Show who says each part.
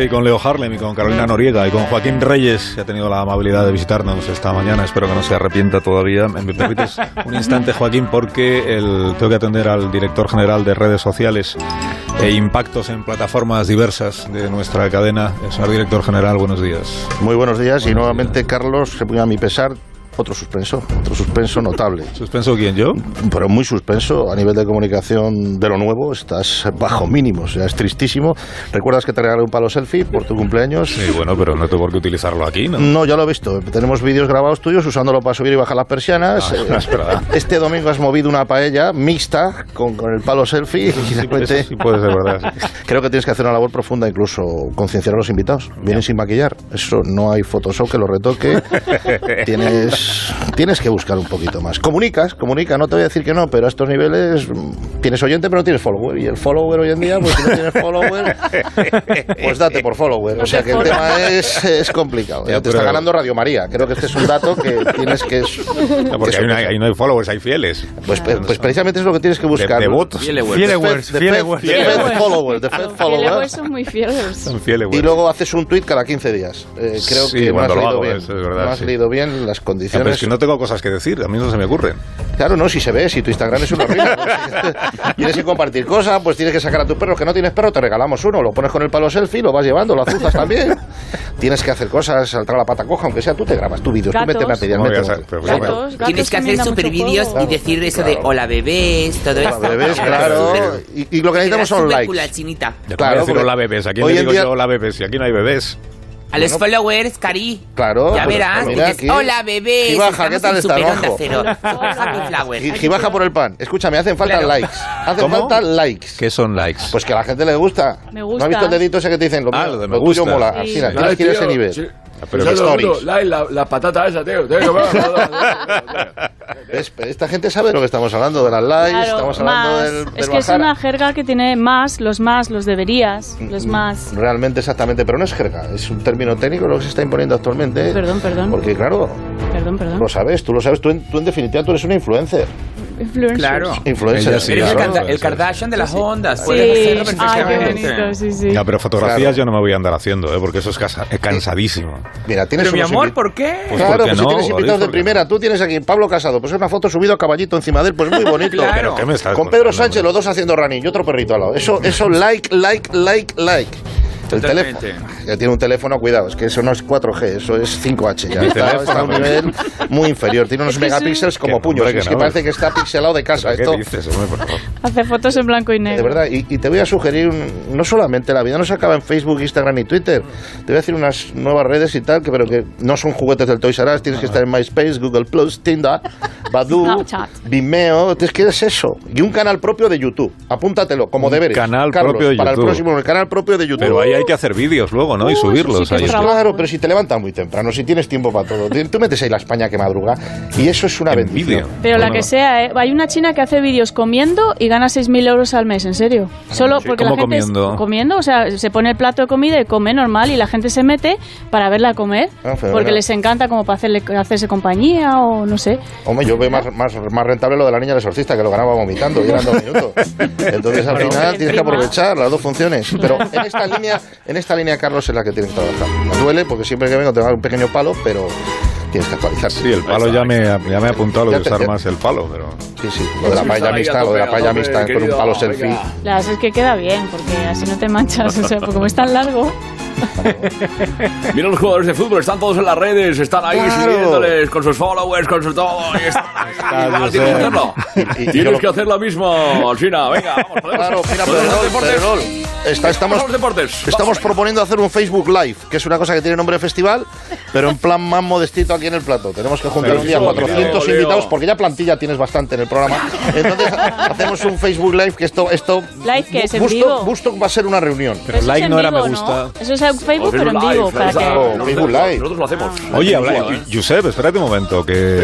Speaker 1: y con Leo Harlem y con Carolina Noriega y con Joaquín Reyes, que ha tenido la amabilidad de visitarnos esta mañana. Espero que no se arrepienta todavía. Me permites un instante, Joaquín, porque el, tengo que atender al director general de redes sociales e impactos en plataformas diversas de nuestra cadena. Eh, Señor director general, buenos días.
Speaker 2: Muy buenos días buenos y nuevamente, días. Carlos, se pone a mi pesar, otro suspenso, otro suspenso notable.
Speaker 1: ¿Suspenso quién, yo?
Speaker 2: Pero muy suspenso a nivel de comunicación de lo nuevo, estás bajo mínimos, ya es tristísimo. ¿Recuerdas que te regalé un palo selfie por tu cumpleaños?
Speaker 1: Sí, bueno, pero no tengo por qué utilizarlo aquí, ¿no?
Speaker 2: No, ya lo he visto. Tenemos vídeos grabados tuyos usándolo para subir y bajar las persianas. Ah, no este domingo has movido una paella mixta con, con el palo selfie
Speaker 1: eso sí, y realmente... eso sí puede ser verdad. Sí.
Speaker 2: Creo que tienes que hacer una labor profunda, incluso concienciar a los invitados. Vienen sin maquillar. Eso no hay Photoshop que lo retoque. tienes tienes que buscar un poquito más. Comunicas, comunica, no te voy a decir que no, pero a estos niveles mm, tienes oyente pero no tienes follower. Y el follower hoy en día, pues si no tienes follower, pues date por follower. O sea que el tema es, es complicado. Ya, te está ganando Radio María. Creo que este es un dato que tienes que...
Speaker 1: No, porque que hay, hay, hay, no hay followers, hay fieles.
Speaker 2: Pues, pues, pues, precisamente es lo que tienes que buscar.
Speaker 1: De, votos.
Speaker 3: Followers.
Speaker 2: followers.
Speaker 4: son muy fieles.
Speaker 2: Y
Speaker 1: Ah,
Speaker 2: luego haces un tweet cada 15 días. Eh, creo pues. sí, que no has, leído, hago, bien. Es verdad, no has sí. Ah, leído bien las condiciones.
Speaker 1: Pero es que no tengo cosas que decir, a mí no se me ocurren.
Speaker 2: Claro, no, si se ve, si tu Instagram es una ruina. Pues, tienes que compartir cosas, pues tienes que sacar a tus perros. Que no tienes perro, te regalamos uno. Lo pones con el palo selfie, lo vas llevando, lo azuzas también. tienes que hacer cosas, saltar la pata coja, aunque sea tú te grabas tu vídeo. Tú metes material. No,
Speaker 4: gatos, gatos,
Speaker 5: tienes que hacer super vídeos claro, y decir eso claro. de hola bebés, todo eso.
Speaker 2: Hola bebés, claro. Y, y, lo que necesitamos son likes.
Speaker 5: Chinita.
Speaker 1: Ya claro, decir hola bebés. Aquí digo día... yo hola bebés? Si aquí no hay bebés.
Speaker 5: A los bueno, followers, Cari.
Speaker 2: Claro. pues,
Speaker 5: Ya verás. Dices, aquí, hola, bebé.
Speaker 2: Gibaja, ¿qué tal estás?
Speaker 5: Bajo. Cero. Flower.
Speaker 2: Gibaja por el pan. Escúchame, hacen falta claro. likes. Hacen ¿Cómo? falta likes.
Speaker 1: ¿Qué son likes?
Speaker 2: Pues que a la gente le gusta.
Speaker 4: Me gusta.
Speaker 2: ¿No has visto el dedito ese que te dicen? Lo,
Speaker 1: ah,
Speaker 2: mío,
Speaker 1: lo de
Speaker 2: me
Speaker 1: gusta. Tuyo
Speaker 2: mola. Sí. Así, sí. quieres ese nivel. Ah, Sí.
Speaker 3: Pero Stories. La, la, la, patata esa, tío. tío, tío,
Speaker 2: tío Esta gente sabe lo que estamos hablando, de las likes, claro, estamos hablando
Speaker 4: más.
Speaker 2: del, del
Speaker 4: Es que bajar. es una jerga que tiene más, los más, los deberías,
Speaker 2: Mm,
Speaker 4: los más.
Speaker 2: Realmente, exactamente, pero no es jerga, es un término técnico lo que se está imponiendo actualmente.
Speaker 4: Perdón, perdón.
Speaker 2: Porque, claro,
Speaker 4: perdón, perdón.
Speaker 2: lo sabes, tú lo sabes, tú en, tú en definitiva tú eres una influencer.
Speaker 4: Influencers.
Speaker 5: Claro.
Speaker 2: Influencer.
Speaker 5: Sí, claro. el, Kand el, Kardashian de las sí, sí. ondas. Sí. Hacerlo perfectamente.
Speaker 4: Ah, bonito,
Speaker 1: ya, pero fotografías claro. yo no me voy a andar haciendo, ¿eh? porque eso es cansadísimo.
Speaker 2: Mira, tienes
Speaker 5: pero mi amor, ¿por qué?
Speaker 2: Pues claro, pues no, si tienes invitados de primera. Tú tienes aquí Pablo Casado, pues es una foto subido a caballito encima de él, pues muy bonito.
Speaker 1: claro. ¿Pero qué me estás
Speaker 2: Con Pedro Sánchez, los dos haciendo running y otro perrito al lado. Eso, eso, like, like, like, like. El Totalmente. teléfono. Ya tiene un teléfono, cuidado, es que eso no es 4G, eso es 5H. Ya está, está, a un nivel muy inferior. Tiene unos megapíxeles como puños. Es que, no, parece que está pixelado de casa. Esto...
Speaker 1: Qué dices, hombre,
Speaker 4: Hace fotos en blanco y negro.
Speaker 2: De verdad, y, y te voy a sugerir, un, no solamente la vida no se acaba en Facebook, Instagram y Twitter. Te voy a decir unas nuevas redes y tal, que, pero que no son juguetes del Toys R Us. Tienes que estar en MySpace, Google Plus, Tinder, Badoo, Snapchat. Vimeo. ¿Qué es eso? Y un canal propio de YouTube. Apúntatelo, como deberes.
Speaker 1: Canal
Speaker 2: Carlos,
Speaker 1: propio de YouTube.
Speaker 2: Para el próximo, el canal propio de YouTube.
Speaker 1: Pero ahí hay que hacer vídeos luego, ¿no? Uh, y subirlos.
Speaker 2: Sí, sí, claro, pero si te levantas muy temprano, si tienes tiempo para todo. Tú metes ahí la España que madruga y eso es una en bendición. Video.
Speaker 4: Pero bueno. la que sea, ¿eh? Hay una china que hace vídeos comiendo y gana 6.000 euros al mes, en serio. Solo sí. porque
Speaker 1: Ah, ¿Cómo
Speaker 4: la gente
Speaker 1: comiendo?
Speaker 4: Es, comiendo, o sea, se pone el plato de comida y come normal y la gente se mete para verla comer ah, porque les encanta como para hacerle, hacerse compañía o no sé.
Speaker 2: Hombre, yo veo más, más, más rentable lo de la niña del exorcista que lo ganaba vomitando y eran dos minutos. Entonces al final tienes que aprovechar las dos funciones. Pero en esta línea, en esta línea Carlos es la que tienen que trabajar. Me duele porque siempre que vengo te un pequeño palo, pero tienes que actualizar.
Speaker 1: Sí, el palo ya me, ya me ha apuntado lo de usar más el palo, pero...
Speaker 2: Sí, sí, lo de la paella amistad, lo de la paella amistad con un palo selfie.
Speaker 4: Claro, es que queda bien, porque así no te manchas, o sea, porque como es tan largo...
Speaker 3: Mira los jugadores de fútbol, están todos en las redes, están ahí claro. siguiéndoles con sus followers, con su todo. Y está, y, tienes que hacerlo. Y, tienes lo... que hacer la misma, Alcina. Venga, vamos,
Speaker 2: Claro, mira, pero, Está, estamos, estamos proponiendo hacer un Facebook Live, que es una cosa que tiene nombre de festival, pero en plan más modestito aquí en el plato. Tenemos que juntar un día 400 invitados, porque ya plantilla tienes bastante en el programa. Entonces hacemos un Facebook Live, que esto... esto
Speaker 4: ¿Live que es en vivo?
Speaker 2: Busto va a ser una reunión.
Speaker 1: Pero, pero like no era me gusta.
Speaker 4: Eso es en Facebook, pero en vivo.
Speaker 2: Claro, Facebook Live.
Speaker 3: Nosotros lo hacemos. ¿eh?
Speaker 1: Oye, habla, Josep, espérate un momento, que...